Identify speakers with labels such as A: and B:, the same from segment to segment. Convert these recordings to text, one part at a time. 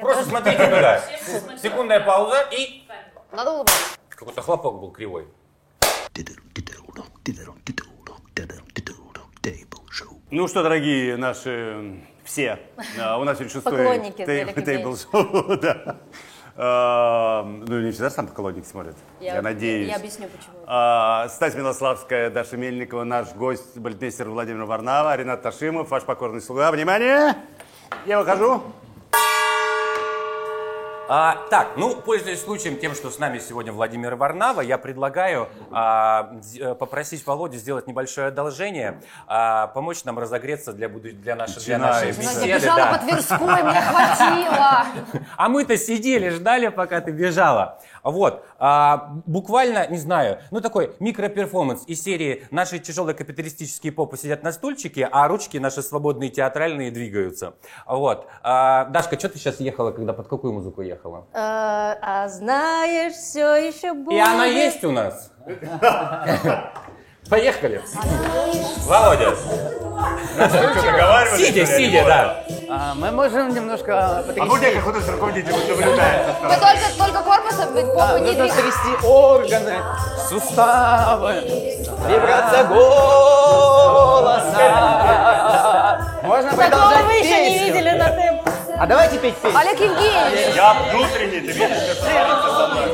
A: Просто смотрите туда. Секундная пауза и...
B: Надо улыбаться.
A: Какой-то хлопок был кривой.
C: Table show.
D: Ну что, дорогие наши м, все, а, у нас сегодня шестой
B: Поклонники
D: тей-
B: Великой
D: тейбл шоу, да. А, Ну, не всегда сам поклонник смотрит, я надеюсь.
B: Я объясню, почему.
D: А, Стась Милославская, Даша Мельникова, наш гость, балетмейстер Владимир Варнава, Ренат Ташимов, ваш покорный слуга. Внимание! Я выхожу.
A: А, так, ну, пользуясь случаем тем, что с нами сегодня Владимир Варнава, я предлагаю а, з- э, попросить Володю сделать небольшое одолжение, а, помочь нам разогреться для, буду- для, нашей, для нашей
D: Начинается.
A: беседы.
B: Я бежала
A: да.
B: по Тверской, мне хватило.
A: А мы-то сидели, ждали, пока ты бежала. Вот, а, буквально, не знаю, ну такой микроперформанс из серии «Наши тяжелые капиталистические попы сидят на стульчике, а ручки наши свободные театральные двигаются». Вот. А, Дашка, что ты сейчас ехала, когда под какую музыку ехала?
B: Э, А знаешь, все еще
A: И
B: будет.
A: она есть у нас. Поехали. Володя, сидя, сидя, да.
E: А, мы можем немножко
D: А
E: потрясти,
D: вот я как художественный руководитель вот наблюдает.
B: Вы только, только корпусом, вы попу не
E: нужно
B: двигаете.
E: трясти органы, суставы, вибрация голоса. Можно
B: Такого
E: продолжать
B: вы еще не
E: песню?
B: видели на темпе.
E: А давайте петь песню.
B: Олег Евгеньевич,
D: Я внутренний, ты видишь, как творится со мной.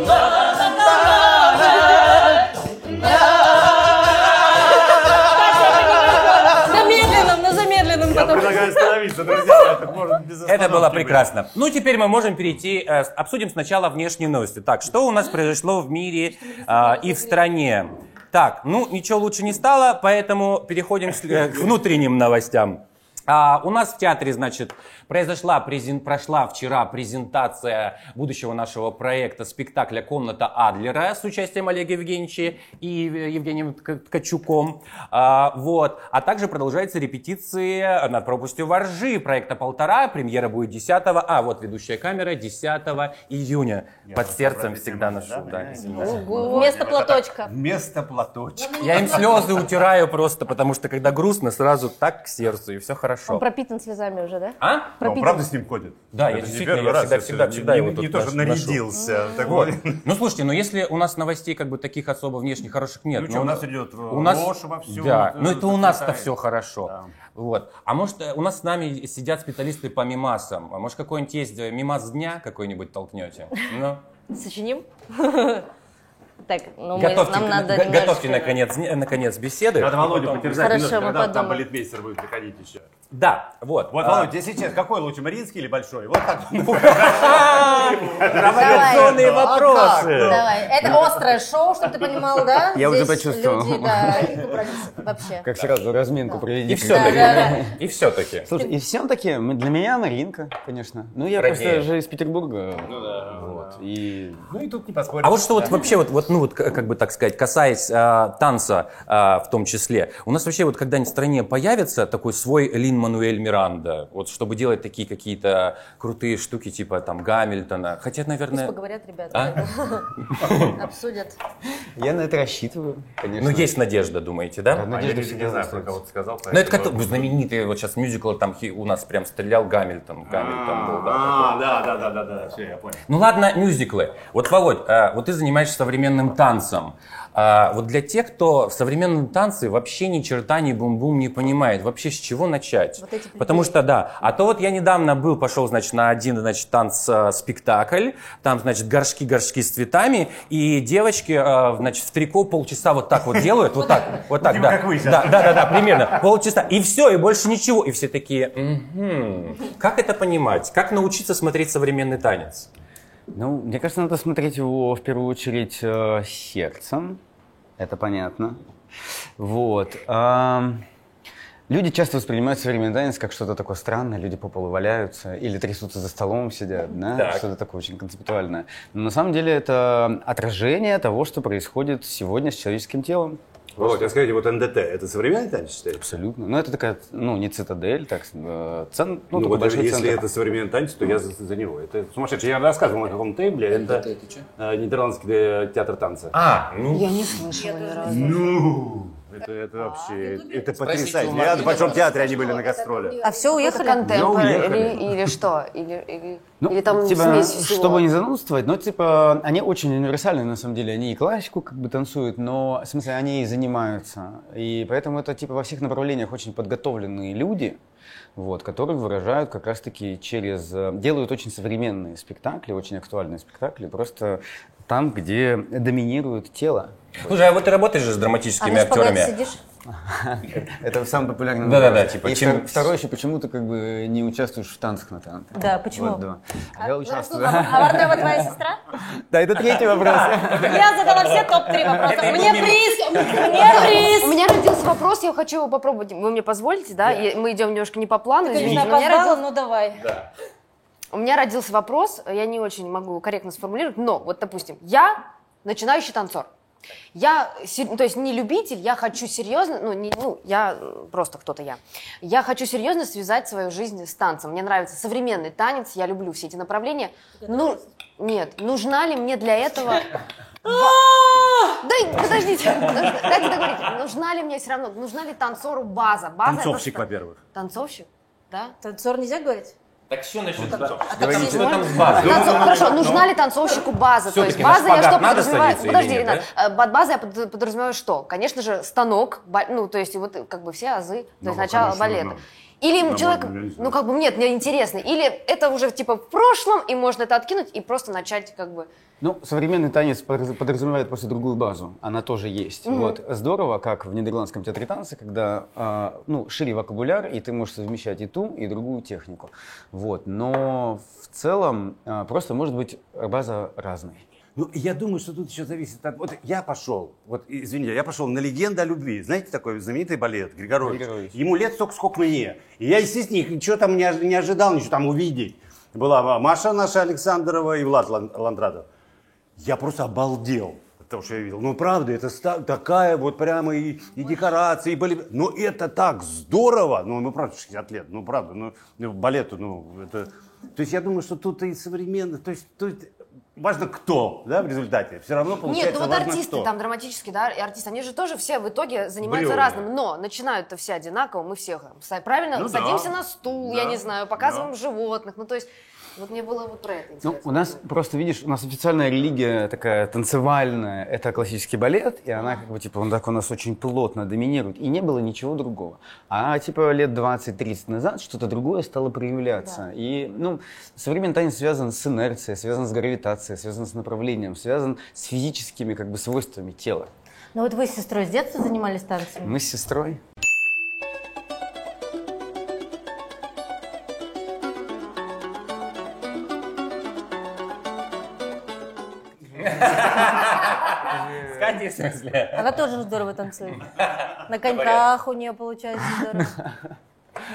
B: на медленном, на замедленном
D: Я
B: потом.
D: предлагаю остановиться, друзья, так можно без
A: Это
D: остановки
A: было
D: быть.
A: прекрасно. Ну, теперь мы можем перейти, э, с- обсудим сначала внешние новости. Так, что у нас произошло в мире э, и в стране? Так, ну, ничего лучше не стало, поэтому переходим с- э, к внутренним новостям. А, у нас в театре, значит, произошла, презен- прошла вчера презентация будущего нашего проекта спектакля «Комната Адлера» с участием Олега Евгеньевича и э, Евгением Тка- Ткачуком. А, вот. А также продолжаются репетиции над пропастью воржи проекта «Полтора». Премьера будет 10 а вот ведущая камера 10 июня.
D: ну,
A: Под сердцем всегда ношу. да, извините.
B: Вместо платочка.
D: Вместо платочка.
A: Я им слезы утираю просто, потому что когда грустно, сразу так к сердцу, и все
B: Он
A: хорошо.
B: пропитан слезами уже, да?
A: А?
D: Он
B: Пропитан.
D: правда с ним ходит?
A: Да, я
D: Это не
A: действительно,
D: первый
A: я
D: раз,
A: всегда- всегда-
D: не-
A: всегда
D: не-
A: его
D: не
A: тут
D: то, что
A: ношу.
D: нарядился.
A: Вот.
D: такой.
A: Ну слушайте, ну если у нас новостей как бы таких особо внешних хороших нет,
D: Ну
A: но
D: чё, у нас идет, э,
A: у нас
D: ложь вовсю,
A: Да,
D: вот, э,
A: ну это у
D: так
A: нас-то
D: сказать.
A: все хорошо, вот. А может э, у нас с нами сидят специалисты по мимасам, а может какой-нибудь есть э, мимас дня какой-нибудь толкнете? Ну,
B: Сочиним? Так, ну мы-
A: готовьте,
B: нам
A: к- г-
B: надо
A: готовьте
B: немножечко-
A: наконец, дня- наконец беседы.
D: Надо Володю
A: Потом-
D: потерзать
B: Хорошо,
D: немножко,
B: мы
D: когда там
B: подумаем.
D: балетмейстер будет приходить еще.
A: Да, вот.
D: Вот,
A: А, Ну,
D: Володь, тебе сейчас какой лучше, мариинский или большой? Вот так.
A: провокационные
B: А
A: вопросы.
B: Давай. Это острое шоу, чтобы ты понимал, да?
E: Я уже
B: Здесь
E: почувствовал.
B: Люди, да, не собрались вообще.
E: Как сразу разминку проведи.
A: И все-таки. И все-таки.
E: Слушай, и все-таки для меня Маринка, конечно. Ну, я
A: Роднее.
E: просто же из Петербурга. Ну да. Вот. И
D: Ну и тут не поспоришь.
A: А вот что вот вообще вот, вот ну вот к- как бы так сказать, касаясь а, танца а, в том числе, у нас вообще вот когда-нибудь в стране появится такой свой Лин Мануэль Миранда, вот чтобы делать такие какие-то крутые штуки типа там Гамильтона, хотя
B: Пусть
A: наверное,
B: поговорят ребята.
A: А?
B: Обсудят.
E: я на это рассчитываю,
A: ну
E: конечно.
A: есть надежда, думаете, да?
D: А я
E: Надежда
D: не- не
E: всегда
D: знаю, про
E: здравствует.
D: кого ты сказал.
A: Ну это как-то ну, знаменитый вот сейчас мюзикл там хи- у нас прям стрелял Гамильтон, Гамильтон был, да.
D: А, да, да, да, да, да, все, я понял.
A: Ну ладно, мюзиклы. Вот, Володь, э, вот ты занимаешься современным танцем. А, Вот для тех, кто в современном танце вообще ни черта, ни бум-бум не понимает, вообще с чего начать?
B: Вот эти приколы.
A: Потому что, да, а то вот я недавно был, пошел, значит, на один, значит, танц-спектакль, там, значит, горшки-горшки с цветами, и девочки, э, значит, в трико полчаса вот так вот делают, вот так, вот так,
D: Типа
A: да.
D: как вы сейчас.
A: Да, да, да, да, примерно, полчаса, и все, и больше ничего. И все такие, «Мгм. как это понимать? Как научиться смотреть современный танец?
E: Ну, мне кажется, надо смотреть его в первую очередь э, сердцем. Это понятно. Вот. Ам, люди часто воспринимают современный танец как что-то такое странное. Люди по полу валяются или трясутся за столом, сидят. Да?
A: Так.
E: Что-то такое очень концептуальное. Но на самом деле это отражение того, что происходит сегодня с человеческим телом.
D: Володь, а скажите, вот ндт, это современный танец считается?
E: Абсолютно. Но это такая, ну, не цитадель, так, э, цен, ну,
D: Ну,
E: такой
D: вот
E: большой
D: если
E: центр.
D: это современный танец, то я за, за него. Это сумасшедший. Я рассказывал на каком тейбле. Это,
A: ну,
D: э, нидерландский э, театр танца.
A: А, ну,
D: Ну, Это, это вообще,
A: Спросите
D: это
A: у
D: потрясающе.
A: Марины.
D: Я в Большом театре они были на гастроле.
B: А все,
C: Это
B: уехали?
E: Я
C: контемпорари
E: уехали.
C: или, или что? Или, или,
E: Ну,
C: или там
E: типа,
C: смесь всего?
E: чтобы не занудствовать, но типа они очень универсальны на самом деле. Они и классику как бы танцуют, но в смысле они и занимаются. И поэтому это типа во всех направлениях очень подготовленные люди, вот, которые выражают как раз-таки через... э, Делают очень современные спектакли, очень актуальные спектакли, просто там, где доминирует тело.
A: Слушай, а вот ты работаешь же с драматическими
B: на шпагате
A: актерами.
B: сидишь?
E: Это самый популярный
A: Да-да-да,
E: вопрос.
A: типа,
E: И
A: чем-
E: втор- второй еще, почему ты как бы не участвуешь в танцах на танце?
B: Да, почему?
E: Вот два. А я участвую.
B: А Варнава твоя сестра?
E: Да, это третий вопрос.
B: Я задала все топ-3 вопроса. Мне приз! Мне
C: У
B: приз!
C: меня родился вопрос, я хочу его попробовать. Вы мне позволите, да? Я- Мы идем немножко не по плану,
B: Конечно,
C: извините. У меня
B: опоздала,
C: родился-
B: ну давай.
C: У меня родился вопрос, я не очень могу корректно сформулировать, но вот, допустим, я начинающий танцор. Я, се- ну, то есть не любитель, я хочу серьезно, ну, не, ну, я э, просто кто-то я. Я хочу серьезно связать свою жизнь с танцем. Мне нравится современный танец, я люблю все эти направления. Ну, нет, нужна ли мне для этого... Да, подождите, нужна- дайте договорить. Нужна ли мне все равно, нужна ли танцору база? база это
D: Танцовщик,
C: что?
D: во-первых.
C: Танцовщик? Да?
B: Танцор нельзя говорить? Ну,
A: Так что насчет танцов?
B: А
C: Говорите.
A: Что там с базой?
C: Танцов- Хорошо, нужна
D: ну,
C: ли танцовщику база? То есть
A: Всё-таки на
C: база я
A: шпагат
C: что
A: надо
C: подразумеваю?
A: садиться или
C: Подожди,
A: нет,
C: Ренат, э, под базой я под- подразумеваю что? Конечно же, станок, ба- ну, то есть вот э, как бы все азы, то
D: Ну,
C: есть начало
D: конечно,
C: балета.
D: ну,
C: Или
D: на
C: человек,
D: модном рельсе.
C: ну как бы, нет, мне интересно. Или это уже типа в прошлом, и можно это откинуть и просто начать как бы...
E: Ну, современный танец подраз- подразумевает просто другую базу. Она тоже есть. Вот здорово, как в Нидерландском театре танца, когда а, ну шире вокабуляр и ты можешь совмещать и ту и другую технику. Вот, но в целом а, просто может быть база разной.
D: Ну, я думаю, что тут еще зависит от... Вот я пошел, вот и- извините, я пошел на «Легенда о любви». Знаете, такой знаменитый балет Григорович?
E: Григорович.
D: Ему лет столько, сколько мне. И я, естественно, их- ничего там не, ож- не ожидал, ничего там увидеть. Была Маша наша Александрова и Влад Лан- Ландратов. Я просто обалдел от того, что я видел. Ну, правда, это ста- такая вот прямо и, и декорации, и балет. Ну, это так здорово! Ну, ну, правда, 60 лет, ну, правда, ну, ну, балету, ну, это... То есть я думаю, что тут и современно, то есть тут важно кто, да, в результате. Все равно получается
C: Нет, ну вот
D: важно
C: артисты
D: кто.
C: там драматические, да, и артисты, они же тоже все в итоге занимаются
D: Брёвна.
C: разным, но начинают-то все одинаково, мы все э, са- правильно
D: Ну да.
C: садимся на стул, я
D: Да.
C: не знаю, показываем
D: Да.
C: животных, ну то есть вот мне было вот про это интересно.
E: Ну, у нас просто, видишь, у нас официальная религия такая танцевальная, это классический балет, и она как бы, типа, он так у нас очень плотно доминирует, и не было ничего другого. А, типа, лет 20-30 назад что-то другое стало проявляться. И, ну, современный танец связан с инерцией, связан с гравитацией, связан с направлением, связан с физическими, как бы, свойствами тела.
B: Ну вот вы с сестрой с детства занимались танцами?
E: Мы с сестрой.
A: Кстати, в смысле.
B: Она А тоже здорово танцует. На коньках у нее получается здорово.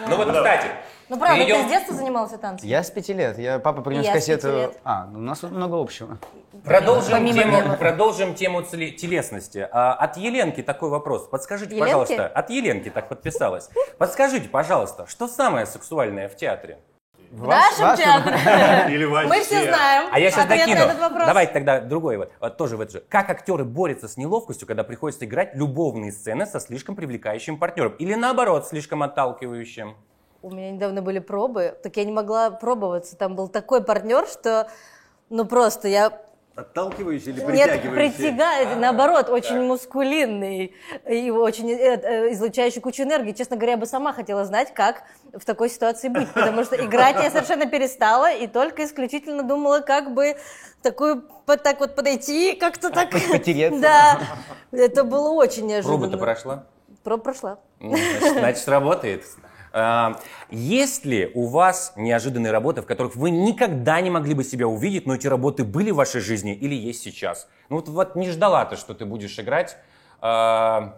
A: Ну вот, кстати.
B: Ну правда, ты
A: перейдем-
B: с детства занимался танцами?
E: Я с пяти лет. Я, папа принес
B: Я с
E: кассету.
B: пяти лет.
E: А, ну, у нас много общего.
A: Продолжим
B: Помимо
A: тему,
B: мемов.
A: продолжим тему целе- телесности. А, От Еленки такой вопрос. Подскажите,
B: Еленки?
A: пожалуйста, от Еленки так подписалась. Подскажите, пожалуйста, что самое сексуальное в театре?
B: В нашем театре.
D: Или
B: Мы все знаем.
A: А я сейчас
B: ответ
A: докину.
B: на этот вопрос.
A: Давай тогда другой вот, вот тоже в этот же. Как актеры борются с неловкостью, когда приходится играть любовные сцены со слишком привлекающим партнером? Или наоборот, слишком отталкивающим?
B: У меня недавно были пробы, так я не могла пробоваться. Там был такой партнер, что ну просто я
D: Отталкивающий или
B: нет,
D: притягивающий?
B: притягает, наоборот, очень мускулинный и очень э, э, излучающий кучу энергии. Честно говоря, я бы сама хотела знать, как в такой ситуации быть, потому что играть я совершенно перестала и только исключительно думала, как бы такую вот так вот подойти, как-то так.
E: Потереться.
B: Да, это было очень
A: Пробу-то
B: неожиданно.
A: прошла?
B: Проба прошла.
A: Ну, Значит, значит, работает. А, Есть ли у вас неожиданные работы, в которых вы никогда не могли бы себя увидеть, но эти работы были в вашей жизни или есть сейчас? Ну вот, вот не ждала ты, что ты будешь играть. а,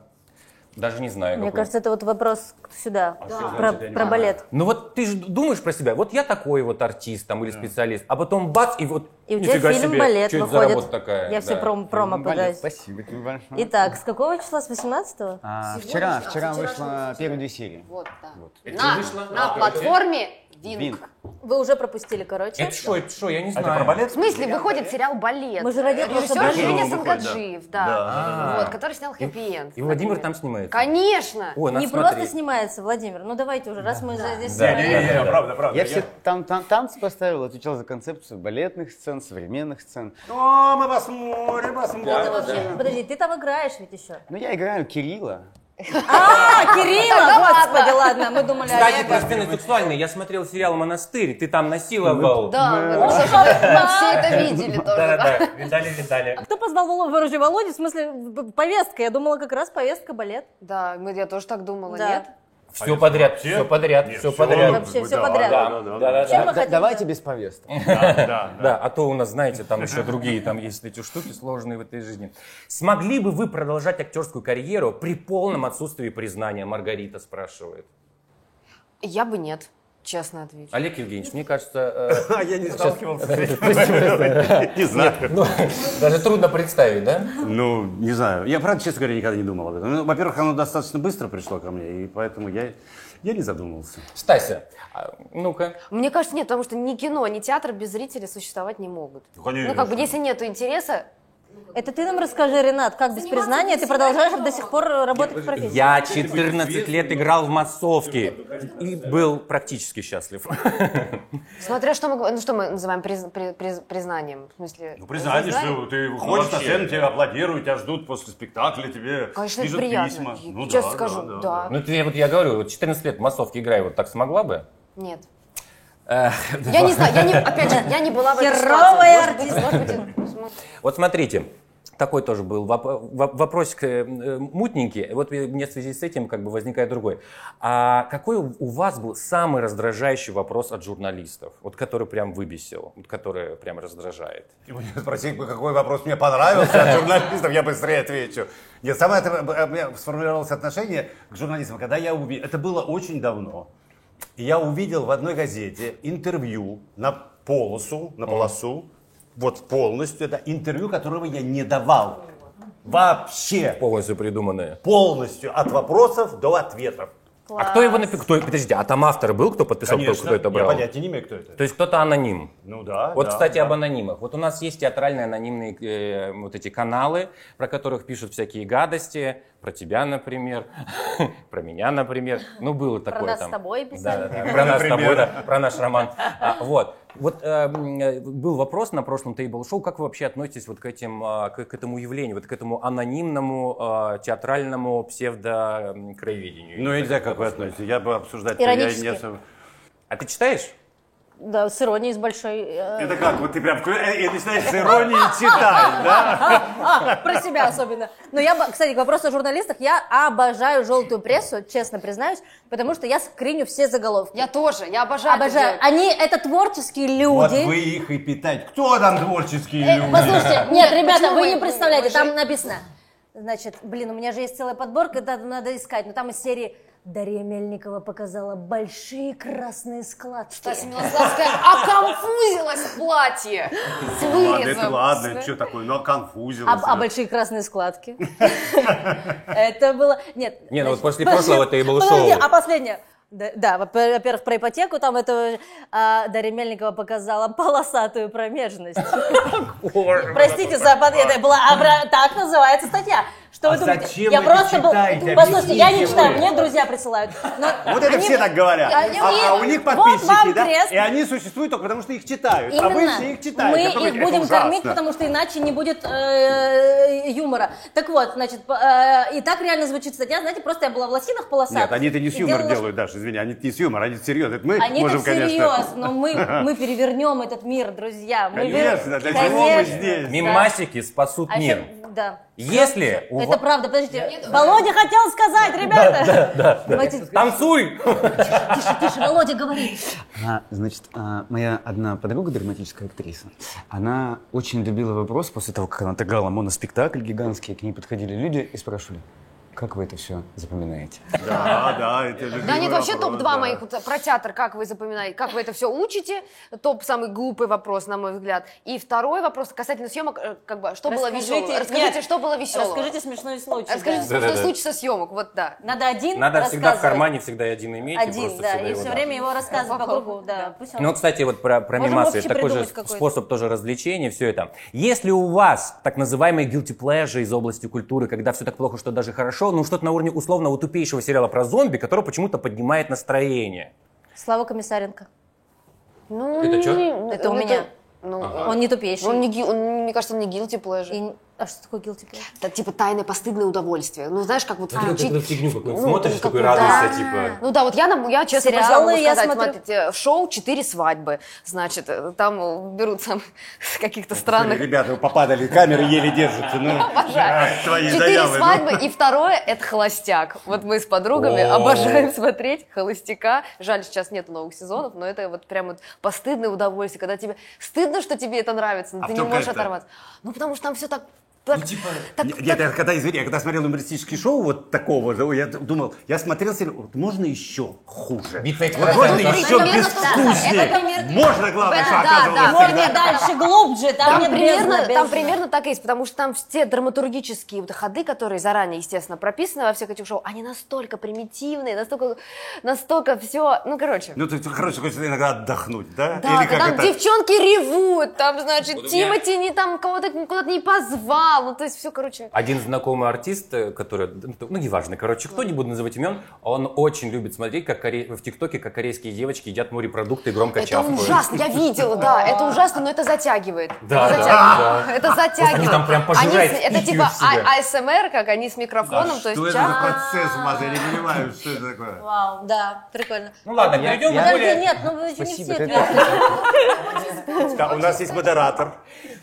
A: Даже не знаю.
B: Мне
A: какой.
B: кажется, это вот вопрос сюда, про, про балет.
A: Ну вот ты же думаешь про себя, вот я такой вот артист там или специалист, а потом бац, и вот
B: И у тебя
A: нифига
B: фильм
A: себе,
B: «Балет»
A: что это за
B: выходит.
A: работа такая.
B: Я все
A: да.
B: пром- промо пытаюсь.
E: Спасибо тебе большое.
B: Итак, с какого числа? С 18
E: А, вчера,
C: же-
E: вчера
C: а, вчера же
E: вышла
C: вышло.
E: первые две серии.
C: Вот, да.
A: Это
C: На,
A: вышло? А,
C: на
A: Да,
C: платформе Винг.
E: Винг.
B: Вы уже пропустили, короче.
A: Это что, это что, я не знаю.
F: А Это про балет?
C: В смысле, выходит сериал «Балет».
B: Мы же ради этого
C: Режиссер
B: собрались.
C: Женя
D: Ну, выходит, да.
C: Сангаджиев, да.
A: Да.
C: Вот, который снял «Хэппи-энд».
A: И Владимир там снимается.
C: Конечно!
A: Ой, надо
B: Не просто
A: смотреть.
B: снимается, Владимир. Ну давайте уже, раз мы за- здесь
F: Не, не,
B: собрались.
F: не, не, правда,
A: А,
F: правда.
E: Я все там, там танцы поставил, отвечал за концепцию балетных сцен, современных сцен.
D: О, мы посмотрим, посмотрим.
B: Это вообще- Подожди, ты там играешь ведь еще.
E: Ну, я играю Кирилла.
B: А, Кирилла, господи, ладно, мы думали
A: Кстати, про
B: Олега.
A: сцены сексуальные. Я смотрел сериал «Монастырь», ты там
D: Ну,
A: насиловал.
C: Да, мы, к сожалению, мы все это видели тоже. да.
F: Да-да-да, видали, видали.
B: Кто позвал Вол- Ворожью Володю? В смысле, б- повестка. Я думала, как раз повестка балет.
C: Да, мы- я тоже так думала,
B: Да.
C: нет?
A: Все подряд,
F: вообще?
A: все подряд,
F: Нет,
A: все
F: всё
A: подряд.
B: равно. Вообще всё
D: Да,
B: подряд.
D: Да, да, да.
A: Да-да-да.
B: Чем мы хотим?
E: Давайте без повесток.
A: Да, а то у нас, знаете, там еще другие, там есть эти штуки сложные в этой жизни. Смогли бы вы продолжать актерскую карьеру при полном отсутствии признания? Маргарита спрашивает.
C: Я бы нет, честно отвечу.
A: Олег Евгеньевич, мне кажется,
D: А, Я не сталкивался с этим. Не
A: э,
D: знаю.
A: ну, даже трудно представить, да?
D: Ну, не знаю. Я, правда, честно говоря, никогда не думал об этом. Ну, Во-первых, оно достаточно быстро пришло ко мне, и поэтому я, я не задумывался.
A: Стася, а, ну-ка.
C: Мне кажется, нет, потому что ни кино, ни театр без зрителя существовать не могут.
D: конечно.
C: Ну, как бы, если нет интереса,
B: Это ты нам расскажи, Ренат, как без признания ты продолжаешь до сих пор работать в профессии?
A: Я 14 лет играл в массовке и был практически счастлив.
C: смотря что мы, ну, что мы называем приз- при- приз- признанием, в смысле...
D: Ну, признание,
C: признание?
D: что ты выходишь на
F: вообще,
D: сцену, тебя аплодируют, тебя ждут после спектакля, тебе
C: Конечно, это
D: пишут
C: приятно.
D: письма.
C: Я
D: Ну,
C: честно
D: да,
C: скажу,
D: да,
C: да.
A: Ну, ты- вот я говорю, вот 14 лет в массовке играю, вот так смогла бы?
C: Нет.
A: Э,
C: Я не знаю, я не, опять же, я не была в этой
B: Херовая
C: ситуации. Может быть, может быть, может-
A: Вот смотрите, такой тоже был воп- воп- вопросик э, э, мутненький. Вот и мне в связи с этим как бы возникает другой. А какой у у вас был самый раздражающий вопрос от журналистов? Вот который прям выбесил, вот который прям раздражает.
D: Спроси, какой вопрос мне понравился от журналистов, я быстрее отвечу. Нет, самое отра- э, у меня сформировалось отношение к журналистам, когда я увидел, это было очень давно, И я увидел в одной газете интервью на полосу, на полосу, вот полностью, это интервью, которого я не давал вообще,
A: Полностью придуманные.
D: полностью, от вопросов до ответов.
A: А кто его напи... кто- Подождите, а там автор был, кто подписал, кто, кто это
D: я
A: брал?
D: понятия не имею, кто это.
A: То есть кто-то аноним.
D: Ну да,
A: Вот,
D: да,
A: кстати,
D: да.
A: об анонимах. Вот у нас есть театральные анонимные э, вот эти каналы, про которых пишут всякие гадости. Про тебя, например, про меня, например. Ну, было такое
B: нас с
A: там.
B: тобой писали.
A: Да, да, да. Про нас с тобой,
D: Например.
A: да, про наш роман. А, вот. Вот э, м, э, был вопрос на прошлом тейбл-шоу, как вы вообще относитесь вот к, этим, а, к, к этому явлению, вот к этому анонимному а, театральному псевдо-краеведению?
D: Ну, я не знаю, как вы относитесь. Я бы обсуждать...
B: Иронически.
D: Я не особо-
A: А ты читаешь?
B: Да, с иронией, с большой... э,
D: Это как? Вот ты прям вклю- э, э, начинаешь с иронией читать, да?
B: А, про себя особенно. Но я, бо- кстати, к вопросу о журналистах, я обожаю желтую прессу, честно признаюсь, потому что я скриню все заголовки.
C: Я тоже, я обожаю. это
B: Обожаю.
C: делать.
B: Они, это творческие
D: Вот
B: люди.
D: вы их и питать. Кто там
B: Э,
D: творческие люди?
B: Послушайте, нет, ребята,
C: почему
B: вы
C: вы-
B: не представляете,
C: вы же-
B: там написано. Значит, блин, у меня же есть целая подборка, да, надо искать, но там из серии Дарья Мельникова показала большие красные складки.
C: Стася Милославская оконфузилась в платье с
D: Ладно, это
C: вырезом.
D: ладно, это что такое? Ну, конфузил.
B: А, а большие красные складки? Это было... Нет.
A: Не, ну вот
B: значит,
A: после прошлого
B: подожди,
A: тейбл-шоу.
B: подожди, А последнее? Да, да, во- во-первых, про ипотеку там это а, Дарья Мельникова показала полосатую промежность. Простите за под- это была обра- так называется статья. Что вы
F: А
B: думаете?
F: зачем
B: я
F: вы это
B: просто был-
F: читаете?
B: Послушайте, я не
F: Объясните
B: читаю,
F: вы.
B: мне друзья присылают. Но
D: Вот это
B: они-
D: все так говорят.
B: Они-
D: А, а у них
B: Вот
D: подписчики,
B: вам
D: да?
B: крест.
D: И они существуют только потому, что их читают. А вы
B: Именно.
D: все их читаете.
B: Мы
D: а потом
B: их
D: говорите,
B: будем
D: «Это
B: кормить,
D: ужасно».
B: потому что иначе не будет э, юмора. Так вот, значит, п- э, и так реально звучит статья. Знаете, просто я была в лосинах полосатых.
D: Нет, они это не с
B: и
D: юмор
B: делала ш-
D: делают, Даша, извини, они это не с юмор, они это серьезно. Это мы
B: Они
D: можем,
B: так серьез,
D: конечно...
B: но мы, мы перевернем этот мир, друзья. Мы вер-
D: Конечно, для чего мы
B: Конечно.
D: здесь?
A: Мимасики спасут
B: А
A: мир.
B: еще- да.
A: Если у
B: Это
A: вас...
B: правда, подождите. Володя хотел сказать, ребята. Давайте,
A: Танцуй!
B: тише, тише, Володя говорит.
E: А, значит, а, моя одна подруга, драматическая актриса, она очень любила вопрос после того, как она отыграла моноспектакль гигантский, к ней подходили люди и спрашивали, Как вы это все запоминаете?
D: Да, да, это же
C: Да нет, вообще
D: вопрос,
C: топ-2
D: да.
C: моих вот про театр, как вы запоминаете, как вы это все учите. Топ самый глупый вопрос, на мой взгляд. И второй вопрос касательно съемок, э, как бы, что было
B: Расскажите-
C: веселого. Расскажите,
B: нет,
C: что было веселого.
B: Расскажите смешной случай.
C: Расскажите
B: да.
C: смешной
A: Да-да-да.
C: случай со съемок, вот да.
B: Надо один
A: Надо всегда в
B: рассказывать.
A: кармане всегда один иметь. и
B: Один,
A: просто
B: да.
A: всегда
B: И
A: его,
B: все
A: да.
B: время его рассказывать по кругу. Да, пусть он...
A: Ну, кстати, вот про, про
B: Можем
A: мимасы.
B: общий
A: Такой же
B: придумать какой-то.
A: способ тоже развлечения, все это. Если у вас так называемые guilty pleasure из области культуры, когда все так плохо, что даже хорошо, ну что-то на уровне условного тупейшего сериала про зомби, который почему-то поднимает настроение.
B: Слава Комиссаренко.
C: Ну,
A: Это чё?
C: не-
B: Это у меня.
C: Ну, э,
B: Он не тупейший.
C: он не, ги- он, мне кажется, он не guilty pleasure.
B: И- А что такое guilty pleasure?
C: Это типа тайное постыдное удовольствие. Ну, знаешь, как вот включить...
A: фигню какую
C: Ну, смотришь, такой какую-то, радуешься,
A: типа.
C: Ну да, вот я, нам- я честно пришла,
B: Сериалы
C: могу
B: я
C: сказать,
B: смотрю.
C: смотрите, э, шоу «Четыре свадьбы». Значит, э, там э, берут сам с каких-то
D: Смотри,
C: странных...
D: Ребята, вы попадали, камеры еле держатся. Ну,
C: Обожаю.
D: а, твои
C: Четыре
D: заявы. ну.
C: свадьбы, и второе – это «Холостяк». Вот мы с подругами
A: О.
C: обожаем смотреть «Холостяка». Жаль, сейчас нет новых сезонов, но это вот прям вот постыдное удовольствие, когда тебе стыдно, что тебе это нравится, но
D: А
C: ты
D: в
C: не
D: чем
C: можешь
D: кайф-то?
C: оторваться. Ну, потому что там все так... так- так-
D: Нет, я когда, извини, я когда смотрел юмористические шоу вот такого же, я думал, я смотрел сериал, вот можно еще хуже.
A: Битва
D: Вот можно
A: экстрасенсов.
D: еще
C: Примерно
D: безвкуснее.
C: так. Это примерно-
D: Можно, главное,
C: Да,
D: что
C: да, да.
D: оказывалось.
B: Можно
D: всегда.
B: дальше, глубже, там,
C: Там,
B: нет
C: примерно,
B: бездна,
C: там
B: бездна.
C: примерно так и есть, потому что там все драматургические вот ходы, которые заранее, естественно, прописаны во всех этих шоу, они настолько примитивные, настолько, настолько все, ну, короче.
D: Ну, ты, короче, хочется иногда отдохнуть, да?
C: да,
D: Или
C: да,
D: как
C: там
D: это?
C: девчонки ревут, там, значит,
A: Вот у меня-
C: Тимати не там кого-то куда-то не позвал, ну, то есть все, короче.
D: А,
A: Один знакомый артист, э, который, ну неважно, короче, кто не буду называть имен, он очень любит смотреть, как коре- в ТикТоке, как корейские девочки едят морепродукты и громко
C: Это
A: чавкают.
C: ужасно, я видела, да, это ужасно, но это затягивает.
A: Да,
C: это
A: да,
C: затягивает. Это затягивает.
A: Они там прям пожирают
C: Они с- Это
A: пищу
C: типа
A: в себя. А
C: а- АСМР, как они с микрофоном, то есть
D: А Что это
C: ча-
D: за процесс, Маза? Я не понимаю, что это такое.
B: Вау, да, прикольно.
A: Ну ладно, перейдем к
B: Подожди,
A: более-
B: нет, ну вы еще не все
E: Спасибо, как
B: ответили.
D: Да, у нас есть модератор.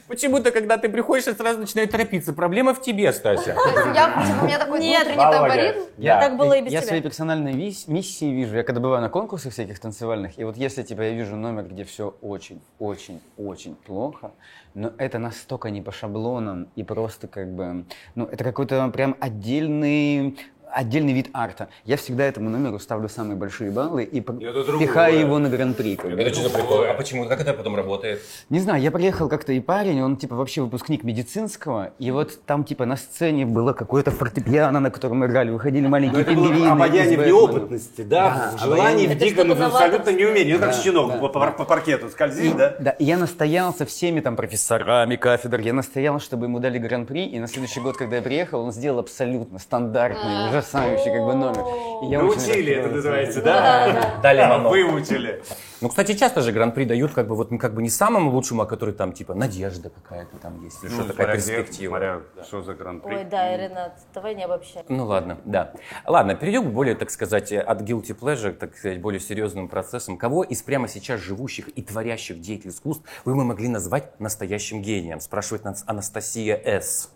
A: Почему-то, когда ты приходишь, я сразу начинаю торопиться. Проблема в тебе, Стася.
C: Я, типа, у меня такой
B: Нет.
C: внутренний тамбурин.
B: Я- Так было и без
E: я
B: тебя.
E: свои персональные вис- миссии вижу. Я когда бываю на конкурсах всяких танцевальных, и вот если типа я вижу номер, где все очень, очень, очень плохо, но это настолько не по шаблонам и просто как бы, ну это какой-то прям отдельный отдельный вид арта. Я всегда этому номеру ставлю самые большие баллы и пр-
A: Это другое.
E: пихаю его на гран-при. как бы.
A: Это что за прикол? А почему? Как это потом работает?
E: Не знаю, я приехал как-то и парень, он типа вообще выпускник медицинского, и вот там типа на сцене было какое-то фортепиано, на котором играли, выходили
D: Но
E: маленькие
D: это было
E: пингвины.
D: обаяние
E: из
D: в
E: Бэтмена.
D: неопытности, да, в желании, в
B: Это
D: диком,
B: что-то
D: в абсолютно
B: новаторское.
D: неумении. Ну, как
E: Да,
D: щенок
E: да,
D: по- по по паркету скользит, да?
E: Да, и я настоял со всеми там профессорами кафедр, я настоял, чтобы ему дали гран-при, и на следующий год, когда я приехал, он сделал абсолютно стандартный, ужасающий как бы номер. И я очень рад,
D: Научили,
E: что
D: это
E: я
D: называется, да?
A: Далее
D: Да,
A: Мано.
D: Выучили.
A: Ну, кстати, часто же гран-при дают как бы вот ну, как бы не самому лучшему, а который там типа надежда какая-то там есть, или что такая перспектива.
D: Ну, Что за
B: Ой,
D: гран-при?
B: да, Ренат, давай не обобщай.
A: Ну ладно, да. Ладно, перейдем к более, так сказать, от guilty pleasure, так сказать, более серьезным процессам. Кого из прямо сейчас живущих и творящих деятелей искусств вы бы могли назвать настоящим гением? Спрашивает нас Анастасия С.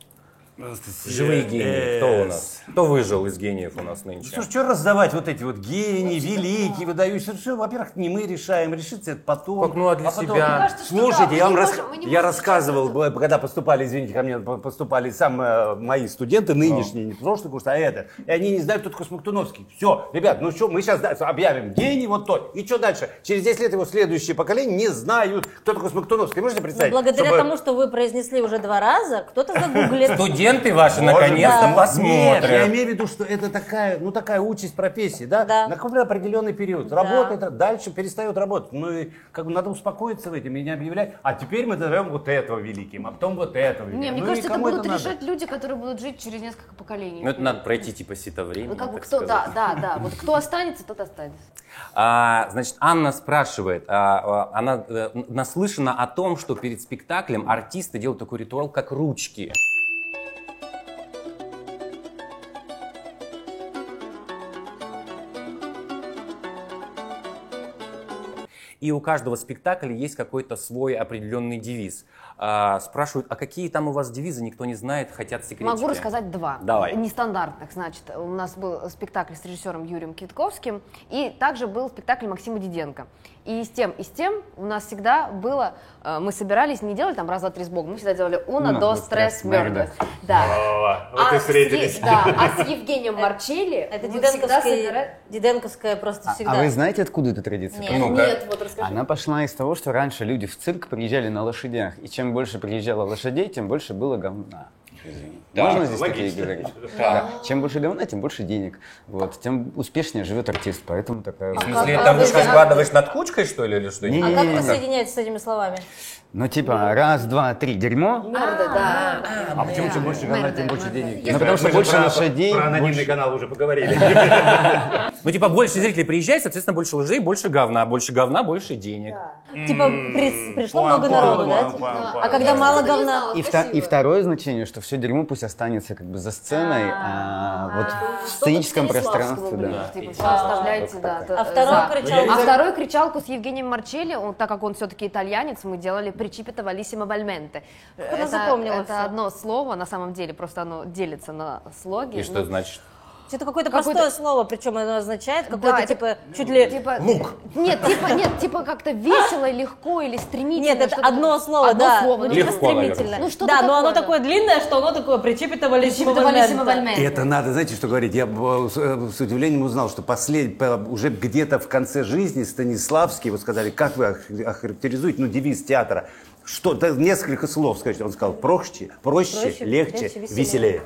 A: Живые
D: Э,
A: гении. Кто у нас? Кто выжил из гениев у нас нынче?
D: Ну, Слушай, что раздавать вот эти вот гении, великие, выдающиеся? Что, Во-первых, не мы решаем, решится это потом.
A: Как, ну, а для
D: потом-
A: себя? Мне
C: кажется, что да,
D: Слушайте,
C: мы
D: я вам
C: не
D: рас-
C: можем- мы не
D: я
C: можем
D: рассказывал, б- когда поступали, извините, ко мне п- поступали сам э, мои студенты
A: Ну.
D: нынешние, не прошлый курс, а это. И они не знают, кто такой Смоктуновский. Все, ребят, ну что, мы сейчас объявим гений вот тот. И что дальше? Через 10 лет его следующее поколение не знают, кто такой Смоктуновский. Можете
B: Но
D: представить?
C: Ну,
B: благодаря
D: Чтобы-
B: тому, что вы произнесли уже два раза, кто-то загуглит.
A: Студенты ваши
D: Может,
A: наконец-то
D: да. Нет, я
A: посмотрят.
D: имею в виду, что это такая, ну такая участь профессии, да?
B: Да.
D: На какой-то определенный период. Работает, а дальше перестает работать. Ну и как бы надо успокоиться в этом и не объявлять. А теперь мы назовем вот этого великим, а потом вот этого великим.
C: Не, мне
D: Ну и
C: кажется, это
D: кому
C: будут
D: надо?
C: решать люди, которые будут жить через несколько поколений.
A: Ну, это надо пройти типа сито времени,
C: Ну, как бы
A: так
C: кто,
A: сказать.
C: да, да, да. Вот кто останется, тот останется.
A: А, значит, Анна спрашивает, а, а, она э, н- наслышана о том, что перед спектаклем артисты делают такой ритуал, как ручки. И у каждого спектакля есть какой-то свой определенный девиз. А, спрашивают, а какие там у вас девизы, никто не знает, хотят секретики.
C: Могу рассказать два.
A: Давай.
C: Нестандартных, значит. У нас был спектакль с режиссером Юрием Китковским, и также был спектакль Максима Диденко. И с тем, и с тем у нас всегда было, э, мы собирались не делать там раз, два, три с Богом, мы всегда делали уна,
E: Una,
C: до
E: dos,
C: стресс,
E: tres, murder.
C: мерда. Да.
F: Во-во-во, Вот и
C: с-
F: встретились.
C: да, а с Евгением Марчелли
B: Это
C: мы всегда собира-
B: Диденковская, Диденковская просто
E: А,
B: всегда.
E: а вы знаете, откуда эта традиция?
B: Нет.
E: пошла?
A: Ну-ка.
C: Нет, вот расскажи.
E: Она пошла из того, что раньше люди в цирк приезжали на лошадях, и чем больше приезжало лошадей, тем больше было говна. Извини.
A: Так,
E: Можно здесь
F: логично.
E: такие говорить? Да. Чем больше говна, тем больше денег. Вот. Тем успешнее живет артист, поэтому такая...
A: В
E: вот-
A: смысле,
B: как-
A: там
B: а
A: ты
B: вы-
A: складываешь над кучкой, что ли, или что?
E: Не,
B: А
E: не,
B: как
E: не,
B: это
E: не.
B: соединяется с этими словами?
E: Ну типа раз, два, три, дерьмо.
C: Мерда, да.
D: А почему чем больше говна, тем больше денег?
E: Ну потому что
F: Мы же
E: больше
F: про-
E: лошадей...
F: Про анонимный
E: больше-
F: канал уже поговорили.
A: Ну, типа, больше зрителей приезжает, соответственно, больше лжей, больше говна. Больше говна, больше денег.
B: Типа при- пришло много народу, да? типа? А когда
C: Я,
B: мало
C: кстати, не
B: говна,
C: знала.
E: И, вта-
C: Ну, Спасибо.
E: и второе значение, что все дерьмо пусть останется как бы за сценой, а вот в сценическом пространстве, да.
C: Типа, всё оставляйте, да. да,
B: А
C: э,
B: второй
C: за.
B: кричал-
C: А второй кричалку с Евгением Марчелли, он, так как он все-таки итальянец, мы делали причипито валисимо вальменте.
B: она запомнила всё.
C: это одно слово, на самом деле, просто оно делится на слоги.
A: И что
C: Ну,
A: значит?
B: Это какое-то
C: Какое-то-
B: простое слово, причем оно означает
C: Да,
B: какое-то
C: это-
B: типа чуть ли...
C: Типа, Нет, типа, нет, типа как-то весело, легко или стремительно.
B: Нет, это
C: что-то
B: одно
C: такое.
B: слово,
C: одно
B: да.
C: Слово,
B: ну,
C: ну,
B: типа
A: Легко, наверное.
B: стремительно.
C: Ну, что-то
B: Да, но оно
C: такое, да.
B: такое длинное, что оно такое причипитово
C: причипито валисимо вальменте.
D: Это надо, знаете, что говорить? Я б- с э, с удивлением узнал, что послед... по- уже где-то в конце жизни Станиславский, вы сказали, как вы ох- охарактеризуете, ну, девиз театра, что, да, несколько слов скажите. Он сказал, проще, проще,
B: Проще,
D: легче,
B: легче, веселее».
D: веселее.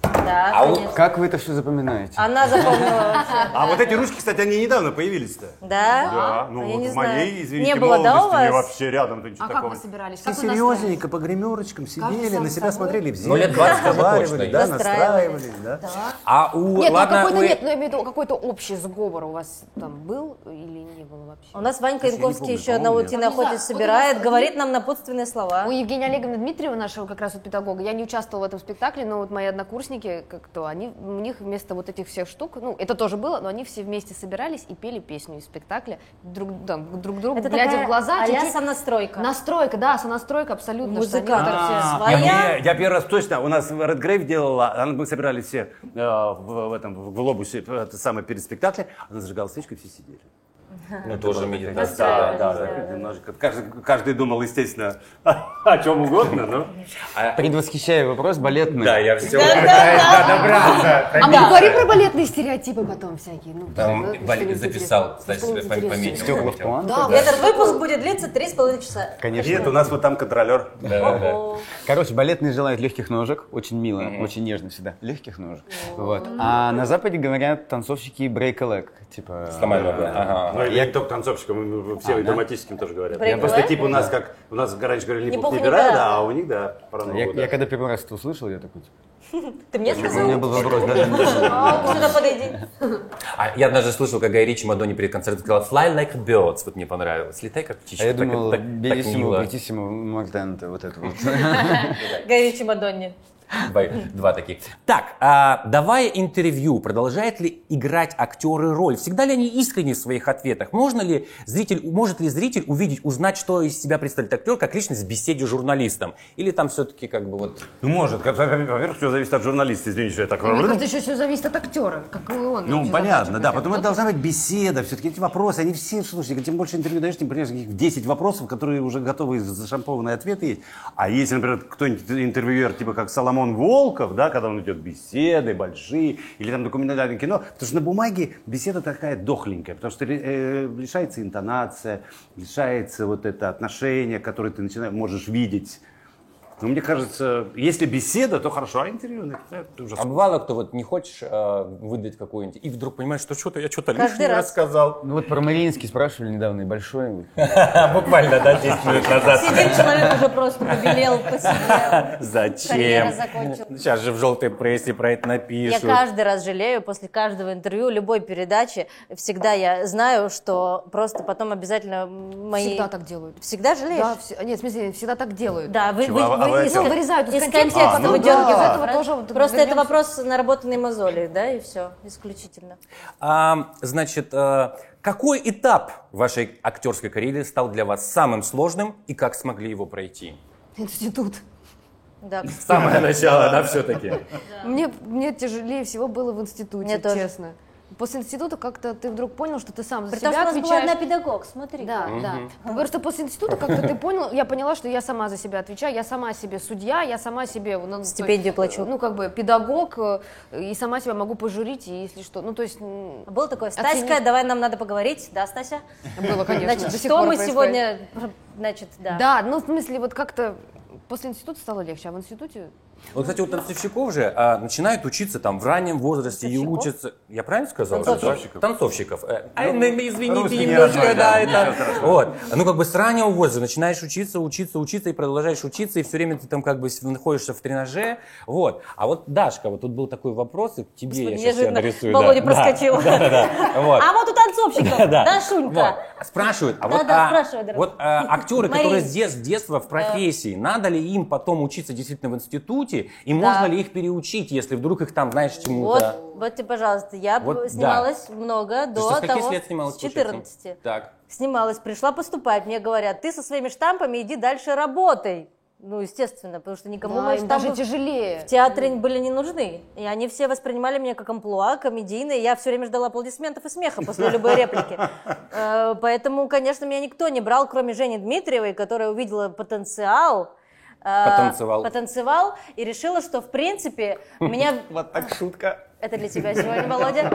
B: Да,
A: А у-
B: конечно. А-
E: Как вы это все запоминаете?
B: Она запомнила вообще.
D: А вот эти ручки, кстати, они недавно появились-то.
B: Да?
D: ну
B: А я
D: вот
B: не
D: в
B: знаю.
D: моей, извините,
B: Не было, да, у
D: молодости мне
B: вас?
D: вообще рядом-то ничего
C: А как
D: такого.
C: вы собирались?
D: Все
C: Как вы настраивались?
D: серьезненько, по гримерочкам сидели,
C: сам
D: на себя
C: собой?
D: смотрели в зеркало,
A: Ну, лет 20 уже
D: разговаривали,
A: точно
D: да,
A: есть.
B: Настраивались.
D: настраивались, да.
A: А у...
C: Нет,
A: ладно,
C: ну какой-то
A: вы-
C: нет, но я имею в виду какой-то общий сговор у вас там был или не было вообще?
B: У нас Ванька
D: не
B: Янковский
D: помню,
B: еще одного
D: помню.
B: тинохотец
C: Вот у нас-
B: собирает, говорит нам напутственные слова.
C: У Евгения Олеговны Дмитриева, нашего как раз вот педагога, я не участвовала в этом спектакле, но вот мои однокурсники, как-то они, у них вместо вот этих всех штук, ну, это тоже было, но они все вместе собирались и пели песню из спектакля друг, да, друг другу,
B: Это
C: глядя
B: такая а
C: в глаза.
B: а-ля
C: чуть-чуть-
B: сонастройка.
C: Настройка, да, сонастройка абсолютно. что они вот
B: Музыканты
C: так все-
B: все
D: Я,
B: своя.
D: мне- я первый раз точно, у нас Red Grave делала, а мы собирались все э, в, в этом, в глобусе, э, это самое перед спектаклем, она зажигала свечку, и все сидели.
A: Ну, тоже медитация.
D: Да, да, да. Немножечко. Каждый, каждый думал, естественно, о чем угодно, но...
E: Предвосхищаю вопрос балетный.
A: Да, я все...
C: А мы говорим про балетные стереотипы потом всякие. Ну, ну,
A: Там
C: что-нибудь
A: Валь записал,
C: интересное.
A: кстати,
C: Что-нибудь
A: себе пом-
C: интересное.
A: пометил.
E: Стёкла в планке, да.
B: Этот выпуск будет длиться три с половиной часа.
E: Конечно.
D: Нет, у нас вот там контролер.
B: Ого.
E: Короче, балетные желают легких ножек, очень мило, очень нежно всегда, легких ножек. Вот. А на Западе говорят танцовщики break a leg, типа.
A: Сломай ногу. Ага.
D: Ну, я не только танцовщикам, и всем и драматическим тоже говорят.
B: Прикольно.
D: Просто тип у нас, как у нас раньше говорили, не
B: Не пух,
D: пух, не
B: не
D: пера,
B: пера.
D: да, а у них, да, про
E: Я,
D: Новый год,
E: я
D: да.
E: когда первый раз это услышал, я такой, типа,
B: Ты мне
E: у меня
B: сказал?
E: был вопрос, да?
B: А, Сюда подойди.
A: А я однажды слышал, как Гай Ричи Мадонне перед концертом сказала «Fly like birds». Вот мне понравилось. «Летай как птичка».
E: А я
A: Так-
E: думал,
A: так- так
E: белиссимо,
A: мило.
E: бретиссимо, мортенте, вот это вот.
B: Горячий Мадонни.
A: Бай- Два таких. Так, а, давая интервью, продолжают ли играть актеры роль? Всегда ли они искренни в своих ответах? Можно ли зритель, может ли зритель увидеть, узнать, что из себя представляет актер как личность в беседе с журналистом? Или там все-таки как бы вот...
D: Ну, может. как- Во-первых, все зависит от журналиста, извините, что я так...
C: Мне кажется, еще все зависит от актера, как и он.
D: Ну,
C: вообще
D: понятно, да.
C: захочет, наверное.
D: Потом это должна быть беседа. Все-таки эти вопросы, они все, слушайте, тем больше интервью даешь, тем понимаешь, каких 10 вопросов, которые уже готовы зашампованные ответы есть. А если, например, кто-нибудь интервьюер, типа как Соломон Волков, да, когда он идет беседы большие, или там документальное кино, потому что на бумаге беседа такая дохленькая, потому что э, лишается интонация, лишается вот это отношение, которое ты начинаешь, можешь видеть. Ну, мне кажется, если беседа, то хорошо, а интервью, ну, это уже
A: А бывало, кто вот не хочешь э, выдать какую-нибудь, и вдруг понимаешь, что что-то я что-то
B: Каждый
A: лишнее
B: раз.
A: рассказал.
E: Ну вот про Мариинский спрашивали недавно, и большой. вот.
A: Буквально, да, 10 минут назад.
B: Сидит человек уже просто побелел, посидел. Карьера
A: Зачем?
B: закончилась.
A: Сейчас же в желтой прессе про это
B: Я
A: напишут.
B: каждый раз жалею после каждого интервью, любой передачи. Всегда я знаю, что просто потом обязательно мои...
C: Всегда так делают.
B: Всегда
C: Да,
B: жалеешь?
C: все- нет, в смысле, всегда так делают.
B: Да, вы,
D: Чего,
B: вы-
D: а вы- а
B: вы
D: вы
B: из,
D: это-
C: вырезают из
B: из
C: контекста.
B: контекста
D: А, ну
B: выдергивают.
C: да.
B: Из этого
C: Да.
B: тоже вот Просто это
C: вернемся.
B: вопрос наработанной мозоли, да, и все, исключительно.
A: А, значит, э, какой этап вашей актерской карьеры стал для вас самым сложным и как смогли его пройти?
C: Институт.
B: Да.
A: Самое начало, да, все-таки.
C: Мне, мне тяжелее всего было в институте,
B: Мне тоже.
C: честно. после института как-то ты вдруг понял, что ты сам за
B: Потому что у
C: себя
B: нас была
C: отвечаешь.
B: одна педагог, смотри.
C: Да, да. Просто после института как-то ты понял, я поняла, что я сама за себя отвечаю, я сама себе судья, я сама себе... ну, то есть,
B: Стипендию плачу.
C: Ну, как бы педагог, э, и сама себя могу пожурить, и если что. Ну, то есть м,
B: Было такое,
C: Оцени-
B: Стаська, давай нам надо поговорить, да, Стася?
C: было, конечно.
B: Значит,
C: до сих
B: что
C: пор
B: мы
C: происходит.
B: сегодня, значит, да.
C: Да, ну, в смысле, вот как-то после института стало легче, а в институте...
A: Вот, кстати, у танцовщиков же а, начинают учиться там в раннем возрасте и
C: Танцовщиков?
A: учатся. Я правильно сказал?
B: Танцовщиков.
A: Танцовщиков. Э, ай, ну,
D: русский
A: извините,
D: не
A: немножко,
D: родной,
A: да,
D: да,
A: это. Вот. Ну, как бы с раннего возраста начинаешь учиться, учиться, учиться и продолжаешь учиться, и все время ты там как бы с- находишься в тренаже. Вот. А вот, Дашка, вот тут был такой вопрос, и к тебе я сейчас тебя
B: неожиданно
A: адресую. да.
B: Володя
A: Да.
B: проскочил.
A: Да-да-да. Вот.
B: А вот у танцовщиков,
A: Да.
B: да, Шунька?
A: Вот. Спрашивают, а
B: Да,
A: вот,
B: да,
A: а,
B: спрашивай, дорогой. Э.
A: вот, а, актеры,
B: Марин.
A: которые с дет- с детства в профессии, надо ли им потом учиться действительно в институте, и можно ли их переучить, если вдруг их там, знаешь,
B: Вот,
A: чему-то...
B: вот тебе, пожалуйста, я
A: Вот, да.
B: снималась много
A: Ты
B: до
A: со скольки
B: того,
A: лет снималась?
B: с
A: получается?
B: 14.
A: Так.
B: Снималась, пришла поступать, мне говорят, ты со своими штампами иди дальше работай. Ну, естественно, потому что никому
C: Да,
B: мои
C: им
B: штампы
C: даже тяжелее.
B: в театре были не нужны. И они все воспринимали меня как амплуа, комедийные. Я все время ждала аплодисментов и смеха после любой реплики. Э, Поэтому, конечно, меня никто не брал, кроме Жени Дмитриевой, которая увидела потенциал. э,
A: Потанцевал.
B: Потанцевал и решила, что, в принципе, меня...
E: Вот так шутка.
B: Это для тебя сегодня, Володя.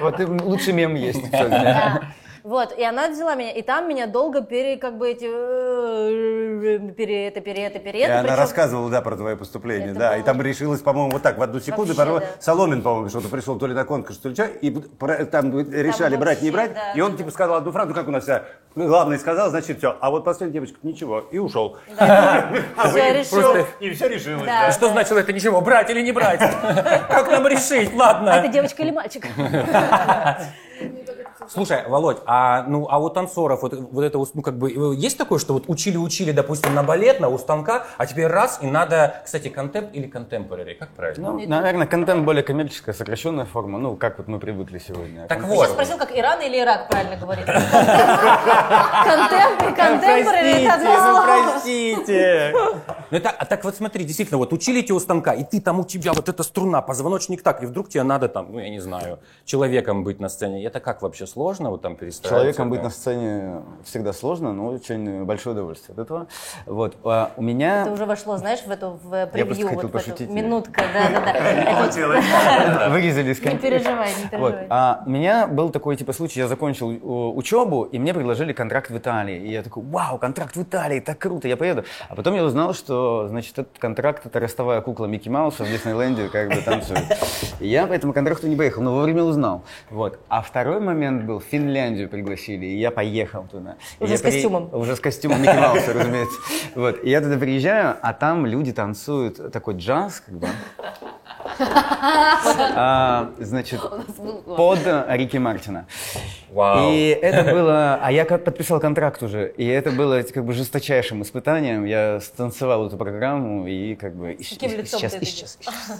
E: Вот и лучший мем есть.
B: Да. Вот, и она взяла меня, и там меня долго пере, как бы эти, э, пере, это, пере, это, пере,
D: И
B: это.
D: она
B: Причем-
D: рассказывала, да, про твое поступление,
B: Это
D: да. И
B: было-
D: там решилось, по-моему, вот так, в одну секунду.
B: Вообще,
D: порвал-
B: да.
D: Соломин, по-моему, что-то пришел, то ли на конкурс, то ли что. И про- там решали,
B: вообще,
D: брать, не брать.
B: да,
D: и он,
B: да,
D: типа, сказал одну фразу, как у нас вся. Главное сказал, значит, все. А вот последняя девочка, ничего. И ушел. А вы
B: Всё
D: и
B: решил.
D: всё, И все решилось,
B: Да.
D: да.
A: Что значило это ничего? Брать или не брать? Как нам решить?
B: А это
A: Ладно.
B: девочка или мальчик?
A: Слушай, Володь, а ну а у танцоров вот, вот это вот, ну как бы э, есть такое, что вот учили учили, допустим, на балет, на у станка, а теперь раз и надо, кстати, контемп или контемпорари, как правильно?
E: Ну, наверное, контент более коммерческая, сокращенная форма. Ну, как вот мы привыкли сегодня.
A: Так
B: Я
A: вот.
B: спросил, как Иран или Ирак правильно говорит. Контемп и контемпорари это одно слово.
E: ну, простите.
A: Ну это, а так вот смотри, действительно, вот учили тебя у станка, и ты там у тебя вот эта струна, позвоночник так, и вдруг тебе надо там, ну я не знаю, человеком быть на сцене. Это как вообще сложно вот там перестраиваться?
E: Человеком быть на сцене всегда сложно, но очень большое удовольствие от этого. Вот, а у меня...
B: Это уже вошло, знаешь, в эту в э,
E: просто
B: превью,
E: хотел
B: вот в эту
E: пошутить.
B: минутка, да-да-да.
E: Вырезали из
B: Не
E: контекста.
B: переживай, не
E: Вот.
B: переживай.
E: А у меня был такой типа случай, я закончил э, учебу, и мне предложили контракт в Италии. И я такой, вау, контракт в Италии, так круто, я поеду. А потом я узнал, что, значит, этот контракт — это ростовая кукла Микки Мауса в Диснейленде, как бы танцует. И я по этому контракту не поехал, но вовремя узнал. Вот. А второй момент был, Финляндию пригласили, и я поехал туда. И
B: Уже
E: я
B: с костюмом.
E: Уже с костюмом Микки Мауса, разумеется. Вот. И я туда приезжаю, а там люди танцуют такой джаз, как бы. А, значит, под Рики Мартина.
A: Вау.
E: И это было, а я как подписал контракт уже, и это было как бы жесточайшим испытанием. Я станцевал эту программу и как бы и,
B: каким
E: и- и
B: лицом
E: сейчас,
B: ты
E: и
B: это
E: сейчас, и сейчас.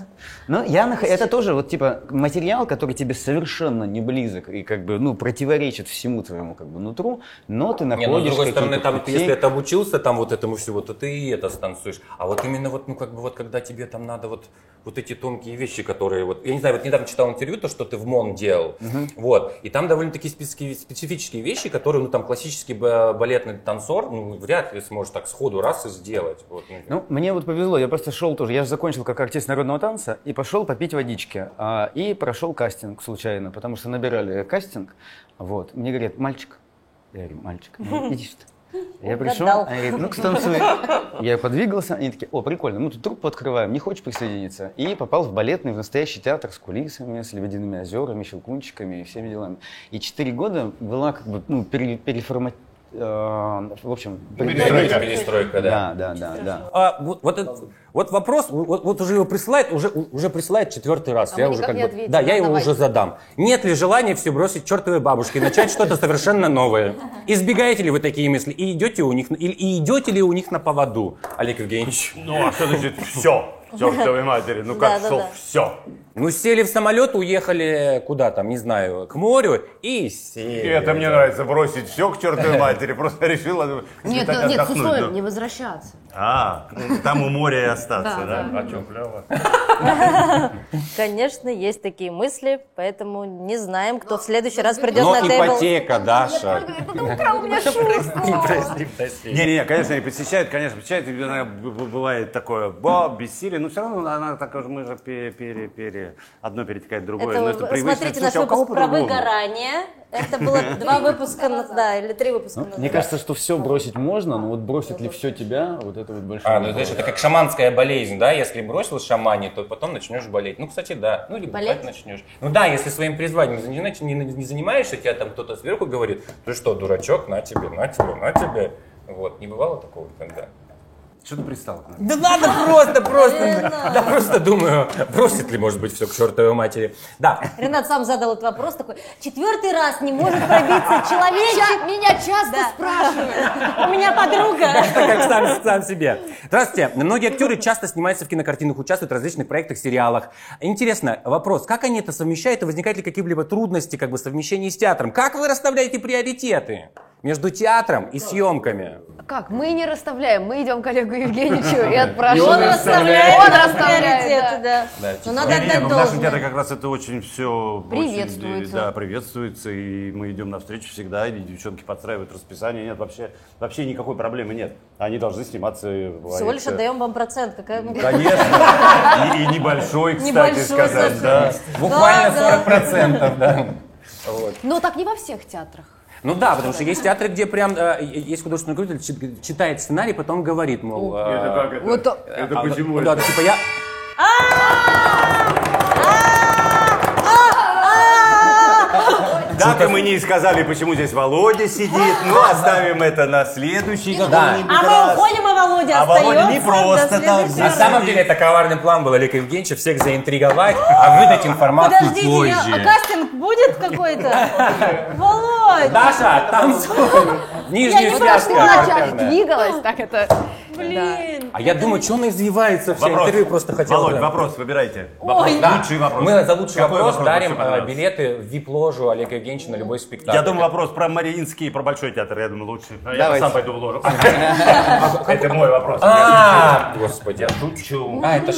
E: Но я нах- это тоже вот типа материал, который тебе совершенно не близок и как бы ну противоречит всему твоему как бы нутру, но ты
A: Не,
E: находишь.
A: ну, с другой
E: какие-то
A: стороны, там,
E: пути.
A: если ты обучился там вот этому всего, то ты и это станцуешь. А вот именно вот, ну, как бы вот, когда тебе там надо вот, вот эти тонкие вещи, которые вот... Я не знаю, вот недавно читал интервью, то, что ты в МОН делал, вот, и там довольно-таки специфи- специфические вещи, которые, ну, там, классический ба- балетный танцор, ну, вряд ли сможешь так сходу раз и сделать. Вот, ну,
E: Ну, мне вот повезло, я просто шел тоже, я же закончил как артист народного танца и пошел попить водички. А, и прошел кастинг случайно, потому что набирали кастинг. Вот, мне говорят, мальчик. Я говорю, мальчик, Они говорят, иди сюда. Я пришел,
B: Угадал.
E: они говорят, ну-ка станцуй. Я подвигался, они такие, о, прикольно, мы тут труппу открываем, не хочешь присоединиться? И попал в балетный, в настоящий театр с кулисами, с лебедиными озерами, щелкунчиками и всеми делами. И четыре года была как бы, ну, пере- переформат... э, В общем,
A: Перестройка, перестройка, да.
E: Да, да, да, да.
A: А, вот, вот, этот- вот вопрос, вот, вот уже его присылает, уже, уже присылает четвертый раз.
C: А мы
A: уже
C: никак не ответили.
A: да,
C: Ну,
A: я его
C: давай.
A: уже задам. Нет ли желания все бросить чертовой бабушке и начать что-то совершенно новое? Избегаете ли вы такие мысли? И идете у них, на- или- и идете ли у них на поводу, Олег Евгенович?
D: Ну, а что значит все? Чертовой матери. Ну как,
B: Да-да-да.
D: что все?
A: Ну сели в самолет, уехали куда там, не знаю, к морю и сели.
D: И это мне нравится, бросить все к чертовой матери. Просто решила... ну,
C: Нет,
D: так
C: нет, с
D: отдохнуть,
C: условием
D: да.
C: не возвращаться.
D: А, там у моря и остаться,
C: Да,
D: да?
F: А что, клево?
B: Конечно, есть такие мысли, поэтому не знаем, кто в следующий раз придет
A: Но
B: на тейбл.
A: ипотека, Даша.
C: Ты украл у меня шутку.
D: Не-не, конечно, не посещают, конечно, посещают. И иногда б- б- бывает такое, ба, бессилие, но все равно она так же, мы же пере, пере, пере, одно перетекает в другое.
B: Это, вы-
D: но привычно.
B: смотрите
D: Слушай,
B: наш
D: а у кого
B: выпуск про
D: по-другому?
B: выгорание. Это было два выпуска назад, Ну, да, Ну или три выпуска назад.
E: Ну, Мне кажется, что все бросить можно, но вот бросит ли все тебя, вот это вот большой
A: А, ну
E: вопрос.
A: знаешь, это как шаманская болезнь, да? Если бросил шамане, то потом начнешь болеть. Ну, кстати, да. Ну, или
B: Болеть?
A: бухать начнешь. Ну да, если своим призванием заня- значит, не, не занимаешься, тебя там кто-то сверху говорит, ты что, дурачок, на тебе, на тебе, на тебе. Вот, не бывало такого никогда.
D: Что ты пристал? к нам?
A: Да надо просто, просто.
B: Ренат.
A: Да просто думаю, бросит ли, может быть, все к чертовой матери. Да,
B: Ренат сам задал этот вопрос такой, четвертый раз не может пробиться человечек.
C: Меня часто
B: Да.
C: спрашивают.
B: У меня подруга.
A: Это как сам, сам себе. Здравствуйте. Многие актеры часто снимаются в кинокартинах, участвуют в различных проектах, сериалах. Интересно, вопрос, как они это совмещают и возникают ли какие-либо трудности как бы совмещения с театром? Как вы расставляете приоритеты между театром и съемками?
C: Как? Мы не расставляем, мы идем к Олегу Евгеньевичу и отпрашиваем.
B: Он расставляет
C: Он
B: приоритеты,
C: расставляет, да.
B: да.
A: Да,
B: Но
A: типа,
B: надо
D: Не-не, ну,
B: отдать
D: в нашем театре
B: должное.
D: как раз это очень все...
C: Приветствуется.
D: да, приветствуется, и мы идем навстречу всегда, и девчонки подстраивают расписание, нет, вообще, вообще никакой проблемы нет. Они должны сниматься... э,
B: Всего лишь
D: это-
B: отдаем вам процент. ну, Какая мы-
D: Конечно, и, и небольшой, кстати
B: Небольшой,
D: сказать,
B: слушай.
D: да.
A: Буквально
B: Да,
A: 40%, да. Вот.
C: Но так не во всех театрах.
A: Ну да, потому что есть театры, где прям э, есть художественный руководитель, чит- читает сценарий, потом говорит, мол... э,
D: это?
C: Вот,
D: это
A: а, да, типа я...
D: Ну, Так мы не сказали, почему здесь Володя сидит, но оставим это на следующий какой-нибудь
B: А мы
D: раз.
B: уходим, а Володя
D: А Володя
B: остается.
D: не просто
B: до
D: там, а
B: следующего
A: На
B: раза.
A: самом деле это коварный план был Олег Евгеньевич всех заинтриговать, а выдать информацию
B: Подождите,
A: позже.
B: я- а кастинг будет какой-то? Володь!
A: Даша, танцуем!
C: Я
A: Нижнюю
C: не
A: связку.
C: прошла, я
A: партерная.
C: двигалась, так это...
D: Ну
B: Блин!
A: А я думаю, что он извивается все
D: Вопрос.
A: интервью, просто хотел.
D: Володь,
A: да.
D: вопрос выбирайте.
B: Ой.
D: Вопрос. Лучший вопрос.
A: Мы за лучший
D: Какой
A: вопрос, дарим
D: больше
A: э,
D: понравился?
A: билеты в вип-ложу Олега Евгеньевича на любой спектакль.
D: Я думаю, вопрос про Мариинский и про Большой театр, я думаю, лучше. А Я
E: Давайте.
D: сам пойду в ложу. Это мой вопрос.
A: А, господи.
D: Я шучу.
A: А, это ж...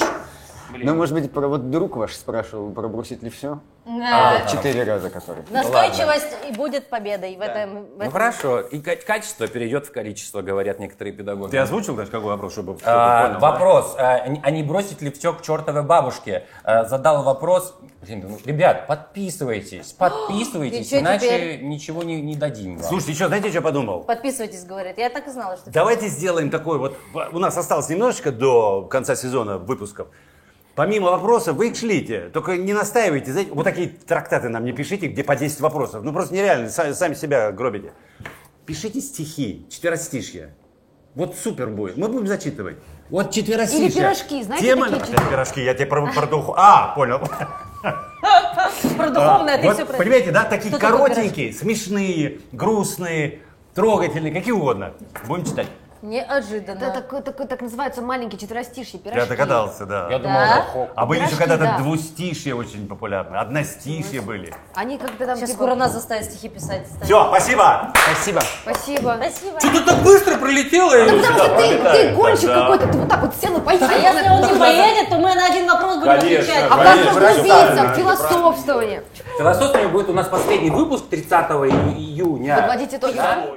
E: Ну, может быть, про вот друг ваш спрашивал, про бросить ли все?
A: А,
B: Да.
E: Четыре раза который.
B: Настойчивость и будет победой в этом. в
A: Ну
B: этом.
A: хорошо, и ка- качество перейдет в количество, говорят некоторые педагоги.
D: Ты озвучил даже какой вопрос, чтобы чтобы
A: А,
D: понял, да?
A: вопрос, а, не- а не бросить ли все к чертовой бабушке? А, задал вопрос, блин, ну, ребят, подписывайтесь,
B: И
A: подписывайтесь,
B: чё
A: иначе
B: теперь?
A: ничего не, не дадим вам.
D: Слушайте, еще знаете, что я подумал?
B: Подписывайтесь, говорят. Я так и знала, что...
D: Давайте сделаем такой вот. У нас осталось немножечко до конца сезона выпусков. Помимо вопросов, вы их шлите. Только не настаивайте. Знаете, вот такие трактаты нам не пишите, где по 10 вопросов. Ну просто нереально, са- сами себя гробите. Пишите стихи, четверостишья. Вот супер будет. Мы будем зачитывать. Вот четверостишья.
C: Или пирожки, знаете,
D: Тема...
C: такие
D: Опять пирожки, я тебе про, про духу. А, понял.
B: Про духовное а ты
D: Вот,
B: все про...
D: понимаете, да, такие
B: Что такое
D: коротенькие, смешные, грустные, трогательные, какие угодно. Будем читать.
C: Это
B: Неожиданно.
C: так, так, так называются маленькие четверостишья, пирожки.
D: Я догадался, да.
A: Я думал,
B: Да?
A: да, хо-
D: А были еще
C: Пирожки,
D: когда-то
C: да.
D: двустишие очень популярны, одностишие были.
C: Они как-то там...
B: Сейчас
C: типа-
B: скоро нас заставят стихи писать.
D: Все, спасибо.
E: Спасибо.
C: Спасибо.
B: Спасибо.
A: Что-то так быстро прилетело.
C: Да потому что ты, ты
D: пролетает,
C: гонщик
D: да.
C: какой-то, ты вот так вот сел и поехал.
B: А если он не поедет, то мы на один вопрос будем
D: Конечно,
B: отвечать.
C: А
D: конечно.
C: как погрузиться в философствование?
A: Философия будет у нас последний выпуск 30 ию- июня.
C: Подводите итоги. да?